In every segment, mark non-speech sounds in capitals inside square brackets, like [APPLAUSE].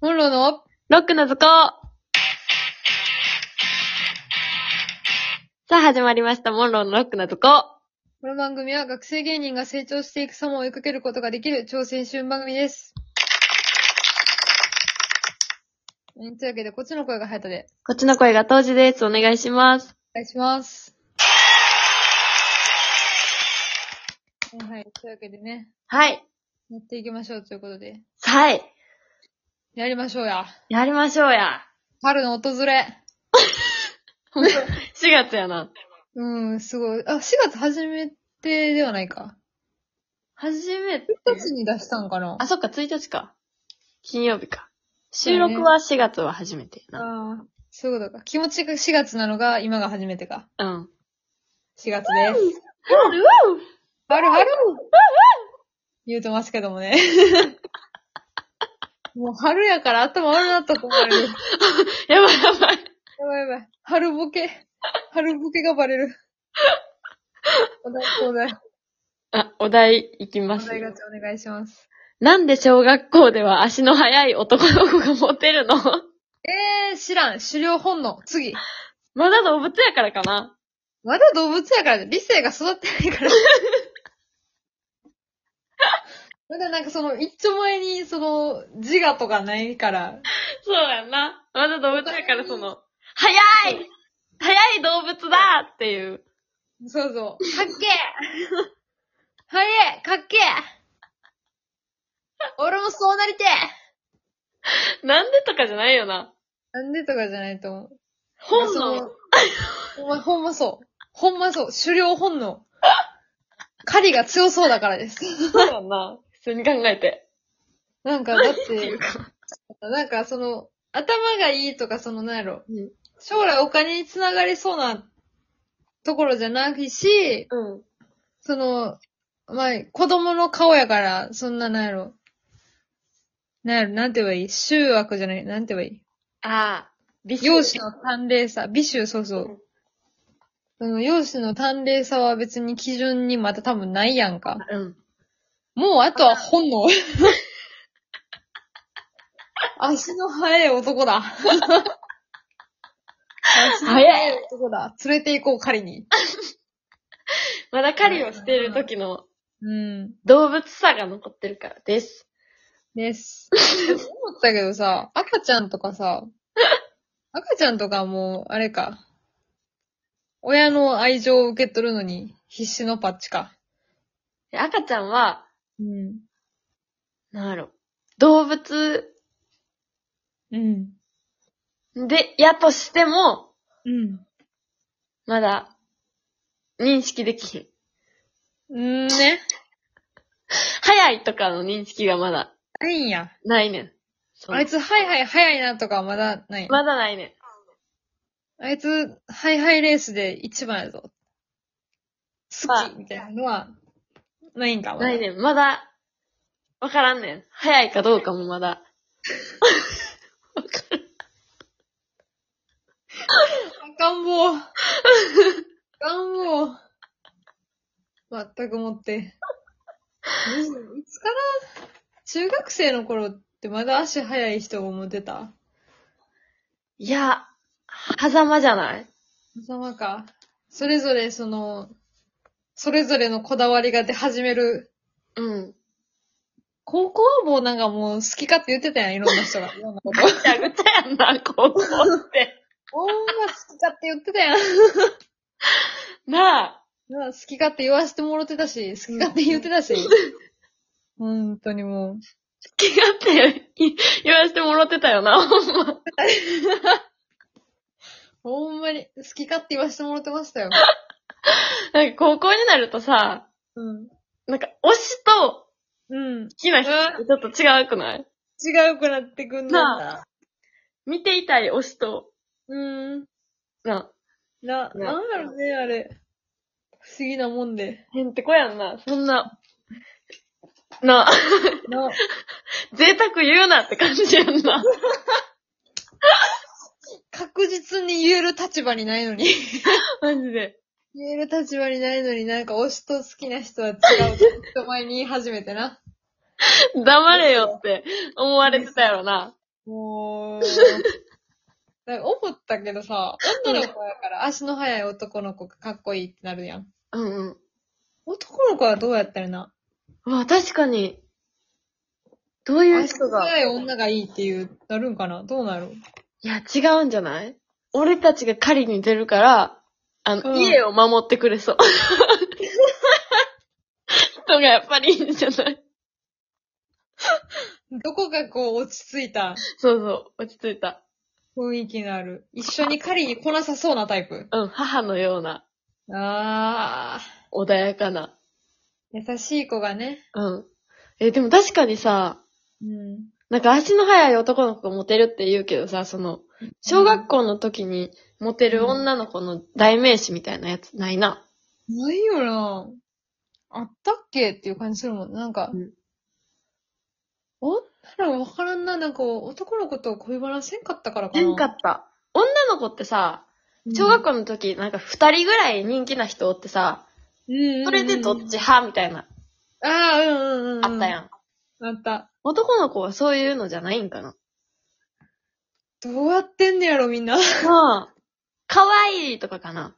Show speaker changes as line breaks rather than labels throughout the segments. モンローの
ロックの図工さあ始まりました、モンローのロックの図工
この番組は学生芸人が成長していく様を追いかけることができる超青春番組です。うんというわけで、こっちの声が早田で、
こっちの声が当時です。お願いします。
お願いします。はいはい、というわけでね、
はい。
やっていきましょうということで、
はい。
やりましょうや。
やりましょうや。
春の訪れ。
4月やな。
うん、すごい。あ、4月初めてではないか。
初めて。
1日に出したんかな
あ、そっか、1日か。金曜日か。収録は4月は初めてや
ああ、そういうことか。気持ちが4月なのが、今が初めてか。
な。うん。
4月です。あるある言うてますけどもね。 [LAUGHS] もう春やから頭悪なったと思われる。や
やばいやば
ば
い。
いやばい。春ボケ。春ボケがバレる。お題、お題、
あ、お題いき
お
ます。
題ガチャお願いします。
なんで小学校では足の速い男の子がモテるの [LAUGHS]
えー、知らん。狩猟本能。次。
まだ動物やからかな。
まだ動物やから、理性が育ってないから。 [LAUGHS] まだなんかその、一丁前に、その、自我とかないから、
そうやんな。まだ動物やからその、速い速い動物だっていう。
そうそう。かっけ
[LAUGHS]
えはえかっけえ俺もそうなりてえ
なんでとかじゃないよな。
なんでとかじゃないと思う。
本
そ
能
う。ほんま、 [LAUGHS] ほんまそう。ほんまそう。狩猟本能。狩りが強そうだからです。
そうやんな。普通に考えて。
なんか、だっ
ってい
て
う、か。
なんかその、頭がいいとか、その、なんやろ。
うん
将来お金につながりそうなところじゃないし、
うん。
その、まあ、子供の顔やから、そんななんやろ。なんやろ、なんて言えばいい醜悪じゃない、なんて言えばい
ああ。美
い容姿の端麗さ、美醜、そうそう。その容姿の端麗さは別に基準にまた多分ないやんか。
うん。
もうあとは本 [LAUGHS] 能。足の速い男だ。足の速い男だ。連れて行こう、狩りに。
まだ狩りをしてる時の
うん。
動物さが残ってるからです。
です。思ったけどさ、赤ちゃんとかさ、赤ちゃんとかもう、あれか。親の愛情を受け取るのに必死のパッチか。
赤ちゃんは、
うん。
なんやろ。動物
うん。
で、やとしても、
うん。
まだ、認識できひ
う
ん。
んね。
早いとかの認識がまだ、
ないんや。
ないねん。そう
あいつ、はいはい早いなとかはまだない。
まだないねん。
あいつ、ハイハイレースで一番やぞ。好きみたいなのは、ないんかも。
ないねん。まだ、わからんねん。早いかどうかもまだ。
赤ん [LAUGHS] 坊。赤ん坊。まったくも [LAUGHS] って。いつから中学生の頃ってまだ足早い人を持てた
いや、狭間じゃない
狭間か。それぞれその、それぞれのこだわりが出始める。
うん。
高校はもうなんかもう好きかって言ってたやん、いろんな [LAUGHS] 人が。いろんなこと。
ぐちゃぐちゃやんな、高校って。 [LAUGHS]
ほんま好きかって言ってたやん。
なあ。
なあ好き勝手言わせてもろてたし、好き勝手言ってたし。本当にもう。
気がってい言わせてもらってたよな、 [LAUGHS] ほんま。
ほんまに、好き勝手言わせてもらってましたよ。
なんか高校になるとさ、
うん。
なんか推しと
うん。
好きな人ってちょっと違うくない
違うくなってくんだんだ。
見ていたい推しと、
うん。
な、
な、
ね
なんだろうね、あれ。不思議なもんで。
へんてこやんな。そんな、な、
な、
贅沢言うなって感じやん [LAUGHS] な。
確実に言える立場にないのに。
マジで。
言える立場にないのになんか推しと好きな人は違うと人前に言い始めてな。
黙れよって思われてたやろな。
もう、なんか思ったけどさ、女の子やから足の速い男の子がかっこいいってなるやん。
うんうん。
男の子はどうやったらな。
うわ、確かに。どういう
足
人
の
が。
速い女がいいっていう、なるんかなどうなる
いや、違うんじゃない俺たちが狩りに出るから、あの、
うん
家を守ってくれ [LAUGHS] そう。人がやっぱりいいんじゃない
どこかこう落ち着いた
そうそう、落ち着いた。
雰囲気のある。一緒に狩りに来なさそうなタイプ。
うん、母のような、
あ
穏やかな。
ー、優しい子がね。
うん。え、でも確かにさ、
うん。
なんか足の速い男の子がモテるって言うけどさ、その、小学校の時にモテる女の子の代名詞みたいなやつないな。
ないよなあったっけっていう感じするもん。なんか、
うん
女らわからんな。なんか男の子と恋バナせんかったからかな。
変かった。女の子ってさ、小学
校、
校の時、なんか二人ぐらい人気な人おってさ、
うん、
それでどっち派みたいな、
ああ、うんうんうん。
あったやん。
ん。あった。
男の子はそういうのじゃないんかな。
どうやってんねやろ、みんな。 [LAUGHS]
まあ、可愛いとかかな。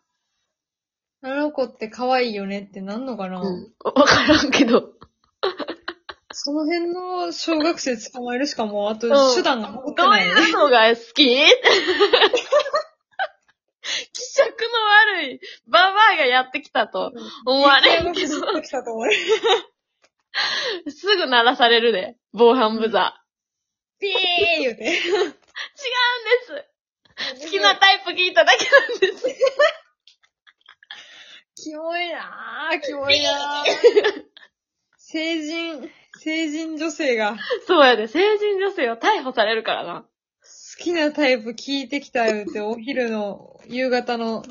あの子って可愛いよねってなんのか
う
な、
ん。わからんけど。
その辺の小学生捕まえるしかもう、あと
うん
手段が残って
どう [LAUGHS]
ない、
いうのが好き
[LAUGHS]
気色の悪いババアがやってきたと思われるけど、
きた
[LAUGHS]
と思う。
すぐ鳴らされるで、防犯ブザ
ピー言うて。 [LAUGHS]
ー。違うんです。好きなタイプ聞いただけなんです。
キモいなぁ、キモいなぁ。 [LAUGHS] 成人、成人女性が好
そうやで、成人女性は逮捕されるからな。
きなタイプ聞いてきたよって、お昼の、夕方の、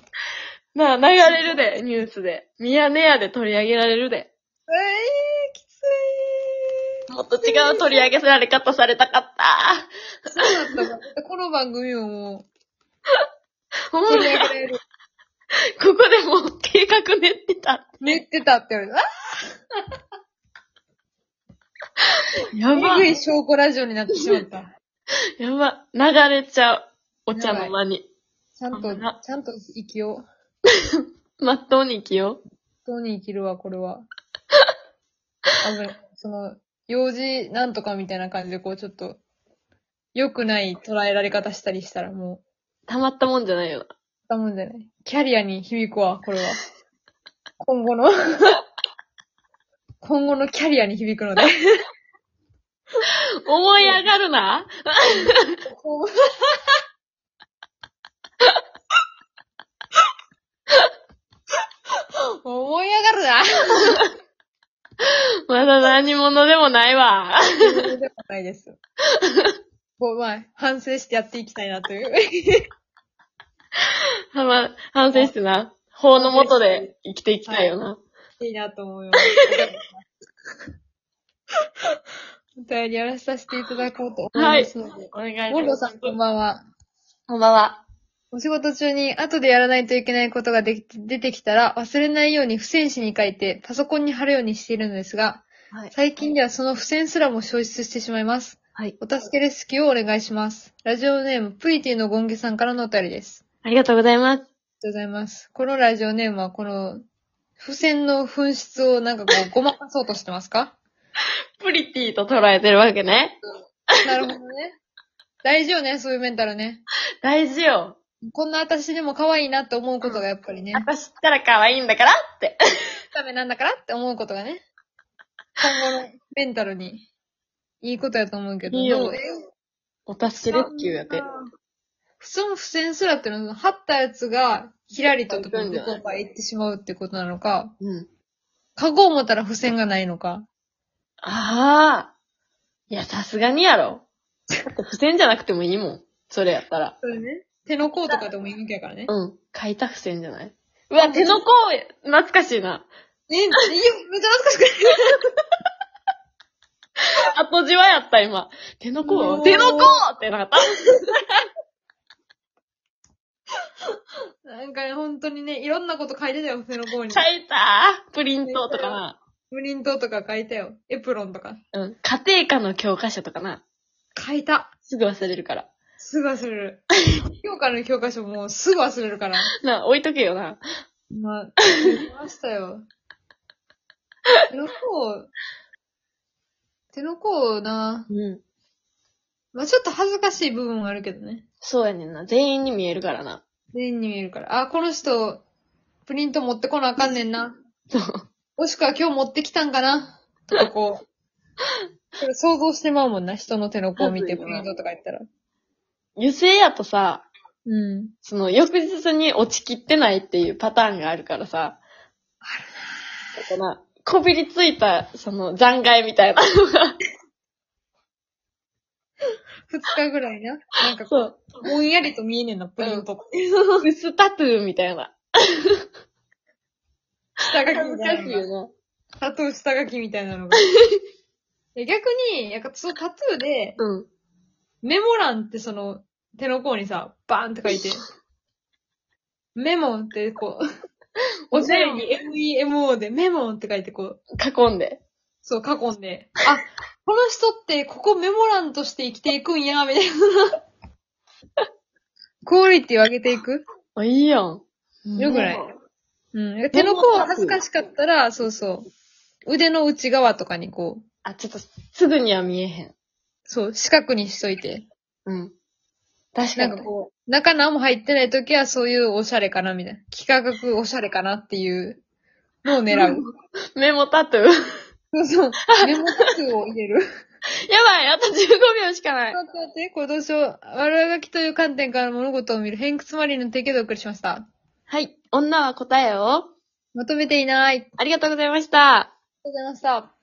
なあ、流れるで、ニュースで。ミヤネ屋で取り上げられるで。
えぇ、きつ
もっと違う取り上げられ方されたかっ
い。
た。
そうだったか。この番組もも
ほ
う、
んま
取り
に
上げら
こ
れる。
こでもう計画練ってた。
寝てたって [LAUGHS] 言われた。
や
あ
ば
えぐ。い証拠ラジオになってしまった。
やば。流れちゃう。お茶の間に。
ちゃんと、ちゃんと生きよう。
まっとうに生きよ
本当に生きるわ、これ [LAUGHS] は。危ない。その、用事なんとかみたいな感じで、こう、ちょっと、良くない捉えられ方したりしたら、も
う。たまったもんじゃないよな。
う、たもんじゃない。キャリアに響くわ、これは。今後の、今後のキャリアに響くので。
思い上がるな。
こう [LAUGHS] 思い上がるな
まだ何者でもないわ。
そうでもないです。こう、まあ、反省してやっていきたいなという。
はま、反省してな。法の下で生きていきたいよな。
いいなと思います。お便りやらさせていただこうと思いますので。
お願いします。
モンロさんこんばんは。
こんばんは。
お仕事中に後でやらないといけないことができ出てきたら忘れないように付箋紙に書いてパソコンに貼るようにしているのですが、
はい。
最近ではその付箋すらも消失してしまいます。
はい。
お助けレスキューをお願いします。ラジオネームプリティのゴンゲさんからのお便りです。
ありがとうございま
あり
す。
がとうございます。このラジオネームは、この、付箋の紛失をなんかこう、ごまかそうとしてます
[LAUGHS]
か
プリティと捉えてるわけね。
なるほどね。大事よね、そういうメンタルね。
大事よ。
こんな私でも可愛いなって思うことがやっぱりね、
私ったら可愛いんだからって。
ダメなんだからって思うことがね、今後のメンタルに、いいことやと思うけど、
いいよ
どう
お達しレスキューやて。。
その付箋すらってのは、貼ったやつが、ひらりとどこかへ行ってしまうってことなのか、
うん。
カゴを持ったら付箋がないのか。
ああ。いや、さすがにやろ。だって付箋じゃなくてもいいもん。それやったら。
それね。手の甲とかでもいいわけやからね。
うん。書いた付箋じゃないうわ、手の甲、懐かしいな。
え、いや、めっちゃ懐かしくない
後じわやった、今。手の
も
甲
う
手の甲ってなかった
なんかね、本当にね、いろんなこと書いてたよ、手の甲に。
書いたプリントとかな。
プリントとか書いたよ。エプロンとか。
うん。家庭科の教科書とかな。
書いた。
すぐ忘れるから。
すぐ忘れ
[LAUGHS]
る。教科の教科書もうすぐ忘れるから。
なあ、置いとけよな。
まあ、言いましたよ。手の甲、手の甲な。
うん。
まあちょっと恥ずかしい部分もあるけどね。
そうやねんな。全員に見えるからな。
全員に見えるから。あ、この人、プリント持ってこなあかんねんな。
そう。
もしくは今日持ってきたんかなとか [LAUGHS] こう。それ想像してまうもんな。人の手の甲を見て
恥ず
プ
いよ
リ
な
ントとか言ったら。
油性やとさ、
うん。
その翌日に落ちきってないっていうパターンがあるからさ。だからな、こびりついた、その残骸みたいな。
二日ぐらいな。なんかこ
[LAUGHS] そ
う、 [LAUGHS]
う。
ぼんやりと見えねえな、プリントって。
薄タトゥーみたいな。
[LAUGHS] 下書き
恥ず
みた
か
い
しい
なのが。
よ
タトゥー下書きみたいな [LAUGHS] のが。え逆に、やっぱそのタトゥーで、
な。うん。
メモ欄ってその、手の甲にさ、バーンって書いて、 [LAUGHS] メモンってこう、おしゃれに MEMO でメモンって書いてこう、
囲んで。
そう、囲んで。あ、この人って、ここメモ欄として生きていくんや、みたいな。クオリティを上げていく
あ、いいやん。
よくないうん。手の甲が恥ずかしかったら、そうそう。腕の内側とかにこう、
あ、ちょっと、すぐには見えへん。
そう、四角にしといて。
うん。確
な
かに。
んかこう、中何も入ってない時はそういうおしゃれかな、みたいな。幾何学おしゃれかなっていうのを狙う。
[LAUGHS] メモタトゥー。や [LAUGHS]
そうそう。 [LAUGHS] メモ数を入れる。 [LAUGHS]
ばい、あと15秒しかない。
待って待って、これどうしよう。悪あがきという観点から物事を見る偏屈マリンの提供でお送りしました。
はい。女は答えを。
まとめていない。ありが
ありがとうございました。
とうございました。